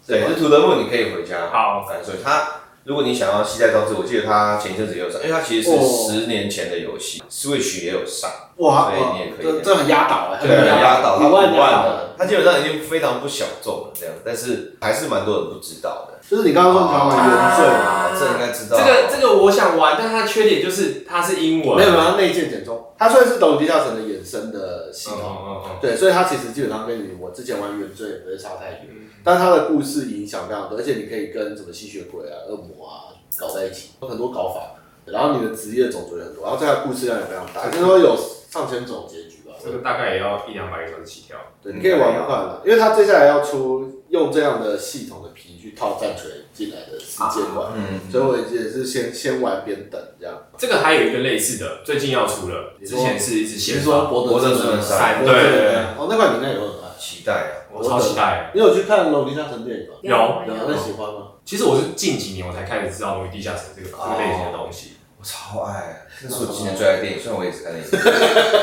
[SPEAKER 1] 对，那图德木你可以回家
[SPEAKER 3] 好
[SPEAKER 1] 感受它。如果你想要期待到这，我记得它前一阵子也有上，因为它其实是
[SPEAKER 2] 哦
[SPEAKER 1] 十年前的游戏、s w i t c h 也有上，
[SPEAKER 2] 哇，
[SPEAKER 1] 所以你也可以
[SPEAKER 2] 这这很压倒哎，
[SPEAKER 1] 对，
[SPEAKER 3] 对啊
[SPEAKER 1] 压倒它
[SPEAKER 2] 五
[SPEAKER 1] 五
[SPEAKER 2] 万啊压
[SPEAKER 1] 万
[SPEAKER 2] 倒
[SPEAKER 1] 了，它基本上已经非常不小众了这样，但是还是蛮多人不知道的。
[SPEAKER 2] 就是你刚刚说你想玩原罪嘛，
[SPEAKER 1] 啊这应该知”道。
[SPEAKER 3] 这个这个我想玩，但它的缺点就是它是英文。
[SPEAKER 2] 没有没有，它内建简中，它算是《斗罗地下城》的衍生的系
[SPEAKER 3] 嗯
[SPEAKER 2] 统。
[SPEAKER 3] 嗯嗯
[SPEAKER 2] 对，所以它其实基本上跟你我之前玩原罪也不会差太远，
[SPEAKER 1] 嗯
[SPEAKER 2] 但它的故事影响非常多，而且你可以跟什么吸血鬼啊、恶魔啊搞在一起，有很多搞法。然后你的职业种族也很多，然后这个故事量也非常大，听说有上千种结局吧。
[SPEAKER 1] 嗯
[SPEAKER 3] 这个大概也要一两百个小时起跳。
[SPEAKER 2] 对，你可以玩快了，因为它接下来要出用这样的系统的皮去套战锤进来的世界观，
[SPEAKER 1] 嗯，
[SPEAKER 2] 所以我也是先先玩边等这样。
[SPEAKER 3] 这个还有一个类似的，最近要出了，
[SPEAKER 2] 你
[SPEAKER 3] 之
[SPEAKER 2] 说
[SPEAKER 3] 前是一直
[SPEAKER 2] 你
[SPEAKER 3] 写
[SPEAKER 2] 是说博
[SPEAKER 1] 博
[SPEAKER 2] 德
[SPEAKER 1] 德
[SPEAKER 2] 之
[SPEAKER 1] 之
[SPEAKER 2] 门
[SPEAKER 1] 门
[SPEAKER 3] 三
[SPEAKER 2] 博德之门
[SPEAKER 3] 对对对
[SPEAKER 2] 哦，那款你应该也会很爱。
[SPEAKER 1] 期待啊，
[SPEAKER 3] 我超期待。
[SPEAKER 2] 你有去看《龙鳞下城》电影吗？
[SPEAKER 3] 有
[SPEAKER 2] 有，那喜欢吗？
[SPEAKER 3] 其实我是近几年我才开始知道《龙与地下城》这个这个类型的东西。
[SPEAKER 2] 哦
[SPEAKER 1] 我超爱啊，这是我今年最爱的电影，虽然我也只看了一次。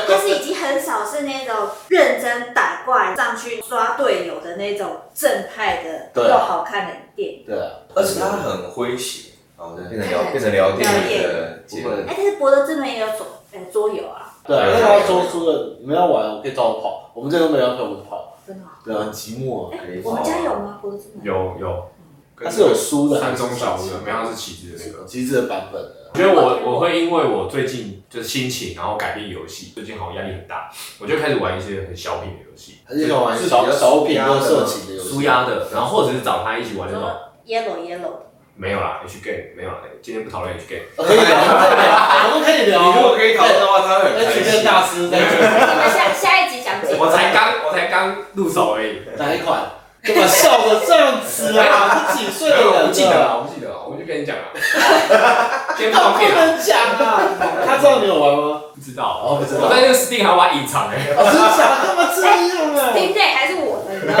[SPEAKER 4] 但是已经很少是那种认真打怪上去抓队友的那种正派的
[SPEAKER 2] 对
[SPEAKER 4] 又好看的电影。
[SPEAKER 2] 对啊，
[SPEAKER 1] 而且它很诙谐，哦，对，变成聊变成聊电影的节目
[SPEAKER 2] 不，会
[SPEAKER 4] 哎，但是博德之门也有桌呃桌游啊，
[SPEAKER 2] 对啊，因为他说出了你们要玩，我可以找我跑。我们这都没要陪我们跑，
[SPEAKER 4] 真的吗。
[SPEAKER 2] 对啊，很寂寞啊。
[SPEAKER 4] 哎，我们家有吗？博德之门？
[SPEAKER 3] 有有，
[SPEAKER 2] 它是有书的，
[SPEAKER 3] 三中小屋的，没有它是旗帜的那个。
[SPEAKER 2] 机制的版本的。
[SPEAKER 3] 我觉得我我会因为我最近就是心情，然后改变游戏。最近好像压力很大，我就开始玩一些很小品的游戏，
[SPEAKER 2] 很喜欢玩小小品或色情的游
[SPEAKER 3] 舒
[SPEAKER 2] 戏。
[SPEAKER 3] 压的，然后或者是找他一起玩那
[SPEAKER 4] 什
[SPEAKER 3] 种。
[SPEAKER 4] 么 yellow yellow？
[SPEAKER 3] 没有啦，H game 没有啦，今天不讨论 H game。
[SPEAKER 2] 可以聊，我们可以聊。
[SPEAKER 1] 你如果可以讨论的话，他会很开
[SPEAKER 2] ，H
[SPEAKER 1] 心
[SPEAKER 2] 片。大师在
[SPEAKER 4] 我们下下一集讲 解。
[SPEAKER 3] 我才刚我才刚入手而已，
[SPEAKER 2] 哪一款？怎么笑的这样子啊？你几岁的
[SPEAKER 3] 我
[SPEAKER 2] 人
[SPEAKER 3] 不记得
[SPEAKER 2] 了？
[SPEAKER 3] 了，我不记得了，我就跟你讲了。今天不
[SPEAKER 2] 他
[SPEAKER 3] 方
[SPEAKER 2] 不
[SPEAKER 3] 便了，
[SPEAKER 2] 能讲啊！他知道你有玩吗？
[SPEAKER 3] 不知道。
[SPEAKER 2] 哦，不知道
[SPEAKER 3] 我。在那个 Steam 还玩隐藏哎、
[SPEAKER 2] 哦，真的假的？干嘛这样 啊？
[SPEAKER 4] Steam Day 还是我的，你知道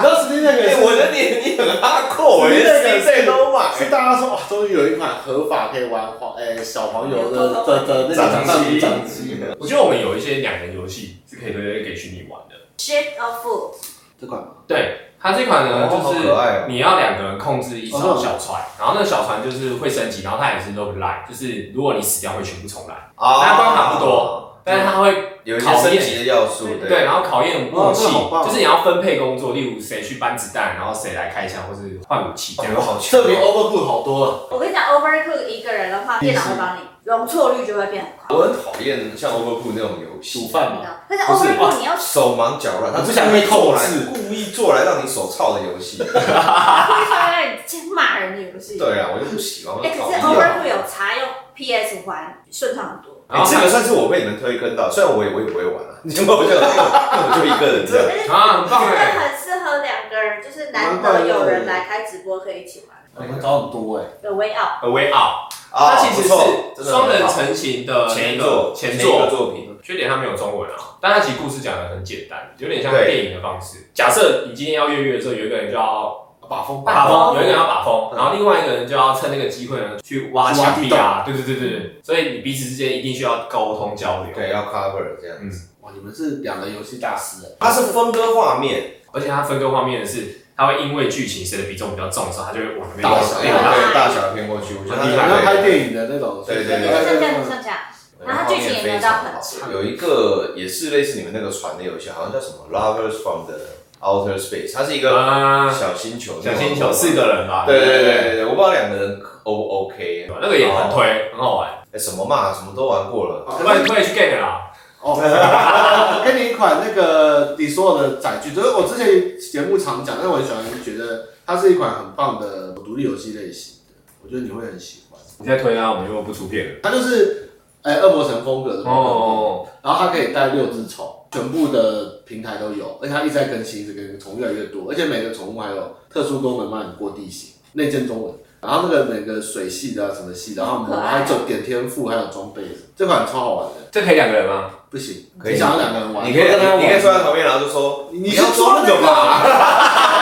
[SPEAKER 2] 你知道 Steam 那个
[SPEAKER 1] 哎，
[SPEAKER 2] 是
[SPEAKER 1] 我的脸你很哈扣，我连
[SPEAKER 2] 那个
[SPEAKER 1] C 都买。
[SPEAKER 2] 是大家说哇，终于有一款合法可以玩黄哎、小黄油的的的那个
[SPEAKER 1] 掌机
[SPEAKER 2] 掌机，
[SPEAKER 3] 我觉得我们有一些两人游戏是可以推荐给虚拟玩的。
[SPEAKER 4] Shape of Food，
[SPEAKER 2] 这款吗？
[SPEAKER 3] 对，它这款呢，
[SPEAKER 1] 哦
[SPEAKER 3] 就
[SPEAKER 1] 好可爱哦
[SPEAKER 3] 是你要两个人控制一艘
[SPEAKER 2] 哦
[SPEAKER 3] 小船，然后那个小船就是会升级，然后它也是 roguelike，就是如果你死掉会全部重来，
[SPEAKER 1] 啊
[SPEAKER 3] 大家关卡不多，但是它会
[SPEAKER 1] 哦有一些升级的要素，
[SPEAKER 3] 对，然后考验
[SPEAKER 2] 哦
[SPEAKER 3] 默契
[SPEAKER 2] 这好，棒
[SPEAKER 3] 就是你要分配工作，例如谁去搬子弹，然后谁来开枪或是换武器这
[SPEAKER 1] 讲的。
[SPEAKER 3] 样
[SPEAKER 1] 哦好
[SPEAKER 2] 这比 Overcook 好多了。
[SPEAKER 4] 我跟你讲，Overcook 一个人的话，电脑会帮你，容错率就会变很快。
[SPEAKER 1] 我很讨厌像 Overcook 那种游
[SPEAKER 2] 煮
[SPEAKER 1] 戏，
[SPEAKER 2] 饭
[SPEAKER 4] 你
[SPEAKER 2] 嘛，
[SPEAKER 4] 知道但是
[SPEAKER 1] 不是
[SPEAKER 4] Overcook 你要
[SPEAKER 1] 手忙脚乱，他
[SPEAKER 2] 不想被控制
[SPEAKER 1] 故意做来让你手操的游戏。
[SPEAKER 4] 会放在你先骂人的游戏。
[SPEAKER 1] 对啊，我就不喜欢，我
[SPEAKER 4] 哎、可是
[SPEAKER 1] 讨
[SPEAKER 4] Overcook
[SPEAKER 1] 厌。
[SPEAKER 4] 有查用 PS 还顺畅很多，
[SPEAKER 3] 然
[SPEAKER 1] 哎，
[SPEAKER 3] 后
[SPEAKER 1] 这
[SPEAKER 3] 它
[SPEAKER 1] 个算是我被你们推坑到，虽然我也我也不会玩啊， 你们我就我就一个人这样。
[SPEAKER 4] 但是
[SPEAKER 3] 啊，很
[SPEAKER 4] 真
[SPEAKER 3] 棒
[SPEAKER 4] 的
[SPEAKER 3] 哎！
[SPEAKER 4] 很适合两个人，就是难得有人来开直播可以一起玩。
[SPEAKER 2] 我们找很多哎、
[SPEAKER 4] The Way Out，
[SPEAKER 3] A Way Out，
[SPEAKER 1] 啊
[SPEAKER 3] 它其实
[SPEAKER 1] 不错真
[SPEAKER 3] 是
[SPEAKER 1] 的
[SPEAKER 3] 双人
[SPEAKER 1] 很好
[SPEAKER 3] 成型的
[SPEAKER 1] 前
[SPEAKER 3] 那
[SPEAKER 1] 作
[SPEAKER 3] 个前
[SPEAKER 1] 一
[SPEAKER 3] 作
[SPEAKER 1] 个，作品，
[SPEAKER 3] 缺点它没有中文啊，但它其实故事讲的很简单，有点像
[SPEAKER 1] 对
[SPEAKER 3] 电影的方式。假设你今天要越狱的时候，有一个人就要
[SPEAKER 2] 把风
[SPEAKER 3] 把
[SPEAKER 4] 风
[SPEAKER 3] 风，有一个人要把风，
[SPEAKER 1] 嗯
[SPEAKER 3] 然后另外一个人就要趁那个机会呢去挖墙壁啊，对对对对对，所以你彼此之间一定需要沟通交流。
[SPEAKER 1] 对，要 cover 这样。
[SPEAKER 2] 哇，你们是两人游戏大师哎、
[SPEAKER 1] 它是分割画面，
[SPEAKER 3] 而且它分割画面的是，他会因为剧情谁的比重比较重的时候，他就会往那边
[SPEAKER 2] 大
[SPEAKER 3] 往
[SPEAKER 2] 小
[SPEAKER 3] 那
[SPEAKER 1] 对
[SPEAKER 3] 边拉。
[SPEAKER 1] 对大小偏过去，我觉得
[SPEAKER 3] 很厉
[SPEAKER 2] 好
[SPEAKER 3] 害
[SPEAKER 2] 像拍
[SPEAKER 1] 影，
[SPEAKER 2] 电影的那种，
[SPEAKER 1] 对对
[SPEAKER 4] 对
[SPEAKER 1] 对
[SPEAKER 4] 对，哎像这样像这样。然后它剧情也没有到很
[SPEAKER 1] 长。有一个也是类似你们那个船的游戏，好像叫什么《Lovers from the Outer Space》，它是一个
[SPEAKER 3] 啊，
[SPEAKER 1] 小星球，
[SPEAKER 3] 小星球四。个人吧，
[SPEAKER 1] 对对对对对，我不知道两个人 O 不 OK，
[SPEAKER 3] 那个也很推，很好玩，
[SPEAKER 1] 哎什么嘛，什么都玩过了。
[SPEAKER 3] 不然不然去 game 啦。
[SPEAKER 2] 哦，我给你一款那个你所有的载具，就是我之前节目常讲，但是我很喜欢，觉得它是一款很棒的独立游戏类型的，我觉得你会很喜欢。
[SPEAKER 3] 你再推啊，我们又不出片了。
[SPEAKER 2] 它就是哎、恶魔城风格的那种，
[SPEAKER 3] 哦，
[SPEAKER 2] 然后它可以带六只宠，全部的平台都有，而且它一直在更新，一直更新，宠物越来越多，而且每个宠物还有特殊功能帮你过地形，内建中文。然后那个每个水系的啊什么系的，然后我
[SPEAKER 4] 好可
[SPEAKER 2] 们
[SPEAKER 4] 爱
[SPEAKER 2] 还走点天赋，还有装备，这款超好玩的。
[SPEAKER 3] 这可以两个人吗？
[SPEAKER 2] 不行，
[SPEAKER 1] 可以
[SPEAKER 2] 你想要两个人玩，
[SPEAKER 1] 你可以，你可以坐在旁边，然后就说
[SPEAKER 2] 你你
[SPEAKER 1] 要
[SPEAKER 2] 是
[SPEAKER 1] 装
[SPEAKER 2] 装
[SPEAKER 1] 的
[SPEAKER 2] 的
[SPEAKER 1] 吧？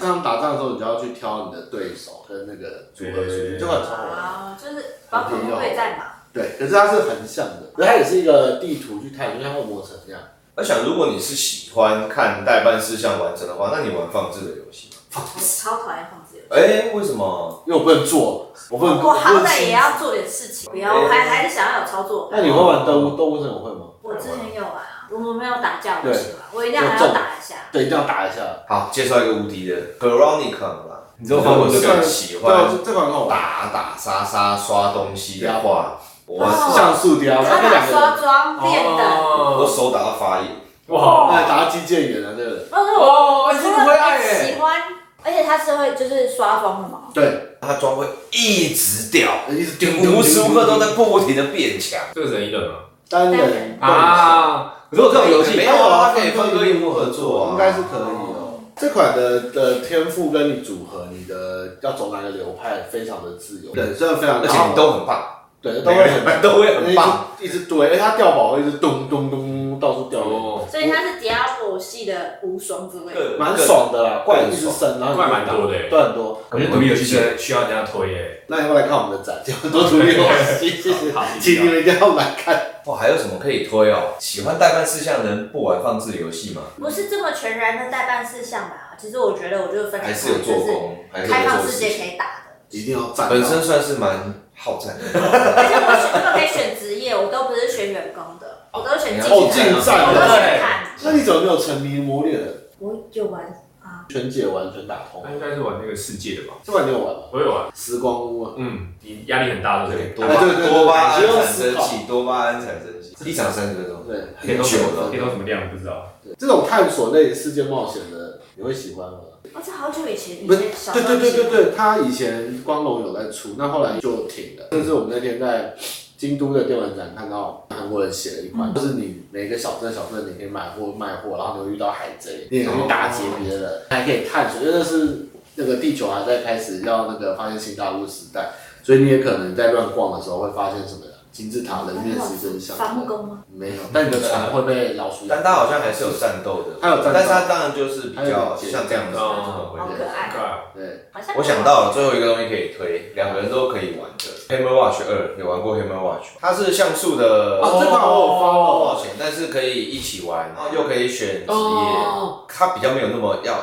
[SPEAKER 2] 这样打仗的时候，你就要去挑你的对手跟那个组合出去，
[SPEAKER 3] 对
[SPEAKER 2] 就很超好玩。
[SPEAKER 4] 啊，就是宝可梦对战嘛，
[SPEAKER 2] 对，可是它是横向的，可是它也是一个地图去探，就像恶魔城那样。
[SPEAKER 1] 我想，如果你是喜欢看代办事项完成的话，那你玩放置的游戏吧。
[SPEAKER 4] 我超讨厌控制游戏。
[SPEAKER 1] 哎，为什么？
[SPEAKER 2] 因为我不能做，我不能。
[SPEAKER 4] 我好歹也要做点事情，不要，我还还是想要有操作
[SPEAKER 2] 不能
[SPEAKER 4] 感。
[SPEAKER 2] 那你会玩动物动物森友会吗？
[SPEAKER 4] 我之前有玩啊，我没有打架游戏嘛，我一定要还
[SPEAKER 2] 有
[SPEAKER 4] 要
[SPEAKER 2] 中
[SPEAKER 4] 打一下。
[SPEAKER 2] 对，一定要打一下。
[SPEAKER 1] 好，介绍一个无敌的 Veronica 吧。
[SPEAKER 3] 你知道
[SPEAKER 1] 我
[SPEAKER 3] 我
[SPEAKER 1] 是
[SPEAKER 3] 这
[SPEAKER 1] 个
[SPEAKER 3] 个
[SPEAKER 1] 喜欢
[SPEAKER 2] 对这款很好玩，
[SPEAKER 1] 打打杀杀刷东西的话，我
[SPEAKER 4] 哦
[SPEAKER 2] 像素雕，
[SPEAKER 4] 他
[SPEAKER 2] 然后
[SPEAKER 4] 打
[SPEAKER 2] 两个
[SPEAKER 4] 刷
[SPEAKER 2] 人，
[SPEAKER 4] 装电灯，
[SPEAKER 1] 我
[SPEAKER 3] 哦，
[SPEAKER 1] 手打到发炎。
[SPEAKER 3] 哇，哦
[SPEAKER 2] 哎，打到机械人啊，这个。
[SPEAKER 4] 不是
[SPEAKER 3] 哇
[SPEAKER 4] 我，我
[SPEAKER 3] 你
[SPEAKER 4] 真
[SPEAKER 3] 真的会
[SPEAKER 4] 的
[SPEAKER 3] 爱
[SPEAKER 4] 很
[SPEAKER 3] 耶
[SPEAKER 4] 喜欢，而且它是会就是刷风的嘛。
[SPEAKER 2] 对，
[SPEAKER 1] 它装会一直掉，
[SPEAKER 2] 一直
[SPEAKER 1] 就无时无刻都在不停的变强。
[SPEAKER 3] 这个人一人吗？
[SPEAKER 2] 单人动
[SPEAKER 3] 啊，如果这种游戏
[SPEAKER 1] 没有
[SPEAKER 2] 哎
[SPEAKER 1] 啊，可以分割荧幕合作啊，
[SPEAKER 2] 应该是可以哦。这款的的天赋跟你组合，你的要走哪个流派，非常的自由，对，真的非常。
[SPEAKER 1] 而且你都很棒，
[SPEAKER 2] 对，都
[SPEAKER 1] 每
[SPEAKER 2] 会
[SPEAKER 1] 个
[SPEAKER 2] 很
[SPEAKER 1] 人都会很棒。
[SPEAKER 2] 一直一直堆，而且它掉宝会一直咚咚咚到处掉，
[SPEAKER 3] 哦，
[SPEAKER 4] 所以它是 Diablo 系的无双之类的。
[SPEAKER 2] 哎蛮爽的啦，怪一直升，然后
[SPEAKER 3] 怪蛮多的
[SPEAKER 2] 对很多。
[SPEAKER 3] 我觉得独立游戏真的需要人家推耶。
[SPEAKER 2] 那你会来看我们的展，就很多独立游戏，谢谢，
[SPEAKER 3] 好
[SPEAKER 2] 请你们一定要来看。
[SPEAKER 1] 哇，哦还有什么可以推哦？喜欢代办事项的人不玩放置游戏吗？
[SPEAKER 4] 不是这么全然的代办事项吧？其实我觉得我就分成
[SPEAKER 1] 还是有做工，还
[SPEAKER 4] 就是是开
[SPEAKER 1] 有
[SPEAKER 4] 放
[SPEAKER 1] 做
[SPEAKER 4] 世
[SPEAKER 1] 事
[SPEAKER 4] 界
[SPEAKER 1] 情。
[SPEAKER 4] 可以打的，
[SPEAKER 2] 一定要站到啊
[SPEAKER 1] 本身算是蛮好战的，
[SPEAKER 4] 而且我选我可以选职业，我都不是选员工的，我都是选竞
[SPEAKER 2] 哦，
[SPEAKER 4] 技的，
[SPEAKER 2] 近
[SPEAKER 4] 我
[SPEAKER 2] 战
[SPEAKER 4] 都
[SPEAKER 2] 的。
[SPEAKER 4] 选看。
[SPEAKER 2] 那你怎么没有沉迷魔猎人？
[SPEAKER 4] 我有玩啊，
[SPEAKER 2] 全解完全打通
[SPEAKER 3] 他，应该是玩那个世界的吧？
[SPEAKER 2] 这款你有玩吗？
[SPEAKER 3] 我有玩，
[SPEAKER 2] 时光屋啊，
[SPEAKER 3] 嗯，你压力很大，对不对？
[SPEAKER 1] 多
[SPEAKER 2] 哎
[SPEAKER 1] 巴
[SPEAKER 2] 对对对
[SPEAKER 1] 多巴胺
[SPEAKER 2] 你就
[SPEAKER 1] 产
[SPEAKER 2] 要
[SPEAKER 1] 生
[SPEAKER 2] 思考
[SPEAKER 1] 器，多巴胺产生器，一场三十分钟，
[SPEAKER 2] 对，
[SPEAKER 1] 很久了。
[SPEAKER 3] 黑洞什么量不知道。
[SPEAKER 2] 对这种探索类世界冒险的，你会喜欢吗？
[SPEAKER 4] 哦，这好久以前，以
[SPEAKER 2] 不是
[SPEAKER 4] 前小时
[SPEAKER 2] 对
[SPEAKER 4] 候
[SPEAKER 2] 对对对
[SPEAKER 4] 写的
[SPEAKER 2] 对，他以前光荣有在出，那后来就停了。这是我们那天在京都的电玩展看到韩国人写了一款，就是你每个小镇小镇你可以买货卖货，然后你会遇到海贼，你也可以去打劫别人，还可以探索，因为那是那个地球还在开始要那个发现新大陆时代，所以你也可能在乱逛的时候会发现什么金字塔人面狮身像，
[SPEAKER 4] 伐木工吗？
[SPEAKER 2] 没有，但你的船会被老鼠咬
[SPEAKER 1] 但。它好像还是有战斗的，
[SPEAKER 2] 它有战斗
[SPEAKER 1] 但是它当然就是比较像这样子。
[SPEAKER 3] 哦
[SPEAKER 4] 好可爱
[SPEAKER 3] 对，
[SPEAKER 2] 对，
[SPEAKER 4] 好像
[SPEAKER 1] 我想到了最后一个东西可以推，两个人都可以玩的《Hammer Watch 二》，有玩过《Hammer Watch》？它是像素的
[SPEAKER 2] 哦，这款我有发
[SPEAKER 1] 冒
[SPEAKER 2] 哦。
[SPEAKER 1] 险，但是可以一起玩，然后又可以选职业，
[SPEAKER 2] 哦，
[SPEAKER 1] 它比较没有那么要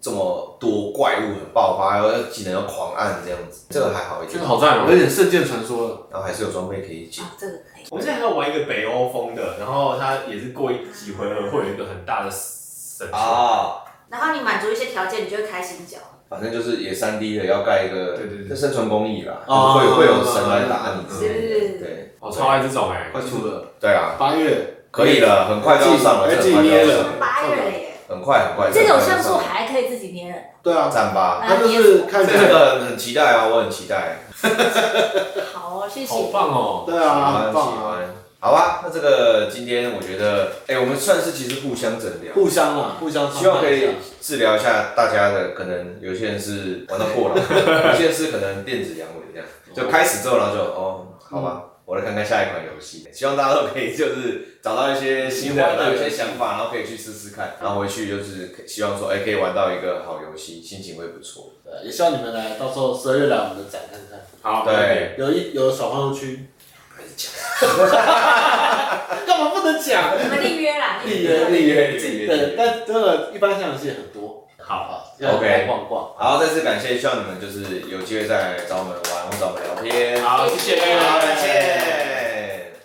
[SPEAKER 1] 这么多怪物很爆发，然后技能要狂按这样子，这个还好一
[SPEAKER 3] 这
[SPEAKER 1] 点
[SPEAKER 3] 个。好赞哦
[SPEAKER 2] 有。点圣剑传说了。
[SPEAKER 1] 然后还是有装备可以解，
[SPEAKER 4] 啊，这个可以。
[SPEAKER 3] 我们之前还有玩一个北欧风的，然后它也是过一几回合会有一个很大的神啊，
[SPEAKER 1] 啊，
[SPEAKER 4] 然后你满足一些条件，你就会开心角。
[SPEAKER 1] 反正就是也三 D 的，要盖一个，
[SPEAKER 3] 对对对
[SPEAKER 1] 这生存工艺啦，
[SPEAKER 2] 哦
[SPEAKER 1] 会有会有神来打你之类的，
[SPEAKER 4] 是
[SPEAKER 1] 对
[SPEAKER 3] 我超爱这种哎，
[SPEAKER 2] 快出了，
[SPEAKER 1] 对啊，
[SPEAKER 2] 八月
[SPEAKER 1] 可以了，很快就要上了，这
[SPEAKER 2] 哎
[SPEAKER 1] 很
[SPEAKER 2] 自己
[SPEAKER 1] 快
[SPEAKER 2] 捏
[SPEAKER 1] 就要
[SPEAKER 2] 了
[SPEAKER 1] 上了，
[SPEAKER 4] 八月了耶，
[SPEAKER 1] 很快很快。
[SPEAKER 4] 这
[SPEAKER 1] 很
[SPEAKER 4] 种
[SPEAKER 1] 快
[SPEAKER 4] 像
[SPEAKER 1] 就
[SPEAKER 4] 素
[SPEAKER 1] 上了
[SPEAKER 4] 还可以自己捏人，
[SPEAKER 2] 对啊，
[SPEAKER 1] 赞吧？
[SPEAKER 2] 他就是看
[SPEAKER 1] 这
[SPEAKER 2] 起来，
[SPEAKER 1] 个很期待啊，我很期待，
[SPEAKER 4] 好哦，谢谢。
[SPEAKER 3] 好棒哦。
[SPEAKER 2] 对
[SPEAKER 1] 喜
[SPEAKER 2] 啊，
[SPEAKER 1] 欢
[SPEAKER 2] 很
[SPEAKER 1] 喜
[SPEAKER 2] 棒啊，
[SPEAKER 1] 欢。好吧，那这个今天我觉得，哎，我们算是其实互相诊疗，
[SPEAKER 2] 互相啊，互相
[SPEAKER 1] 希望可以
[SPEAKER 2] 伤害一下
[SPEAKER 1] 治疗一下大家的，可能有些人是玩到过了，有些人是可能电子阳痿这样，就开始之后，然后就哦，好吧，我来看看下一款游戏。希望大家都可以就是找到一些新的，
[SPEAKER 2] 喜欢的
[SPEAKER 1] 然后有些想法，然后可以去试试看，然后回去就是可希望说，哎、可以玩到一个好游戏，心情会不错。
[SPEAKER 2] 呃对也希望你们来，到时候十二月来我们的展看看，
[SPEAKER 3] 好，
[SPEAKER 1] 对，
[SPEAKER 2] 有一有小朋友区， 干嘛不能讲？
[SPEAKER 4] 你们立约啦，
[SPEAKER 2] 立约
[SPEAKER 1] 立约立约
[SPEAKER 2] 对，但真的，一般像游戏很多，
[SPEAKER 3] 好
[SPEAKER 2] 好，要
[SPEAKER 1] OK
[SPEAKER 2] 来逛逛。
[SPEAKER 1] 好，再次感谢，希望你们就是有机会再来找我们玩或找我们聊天。
[SPEAKER 3] 好，谢谢，
[SPEAKER 1] 好，感谢。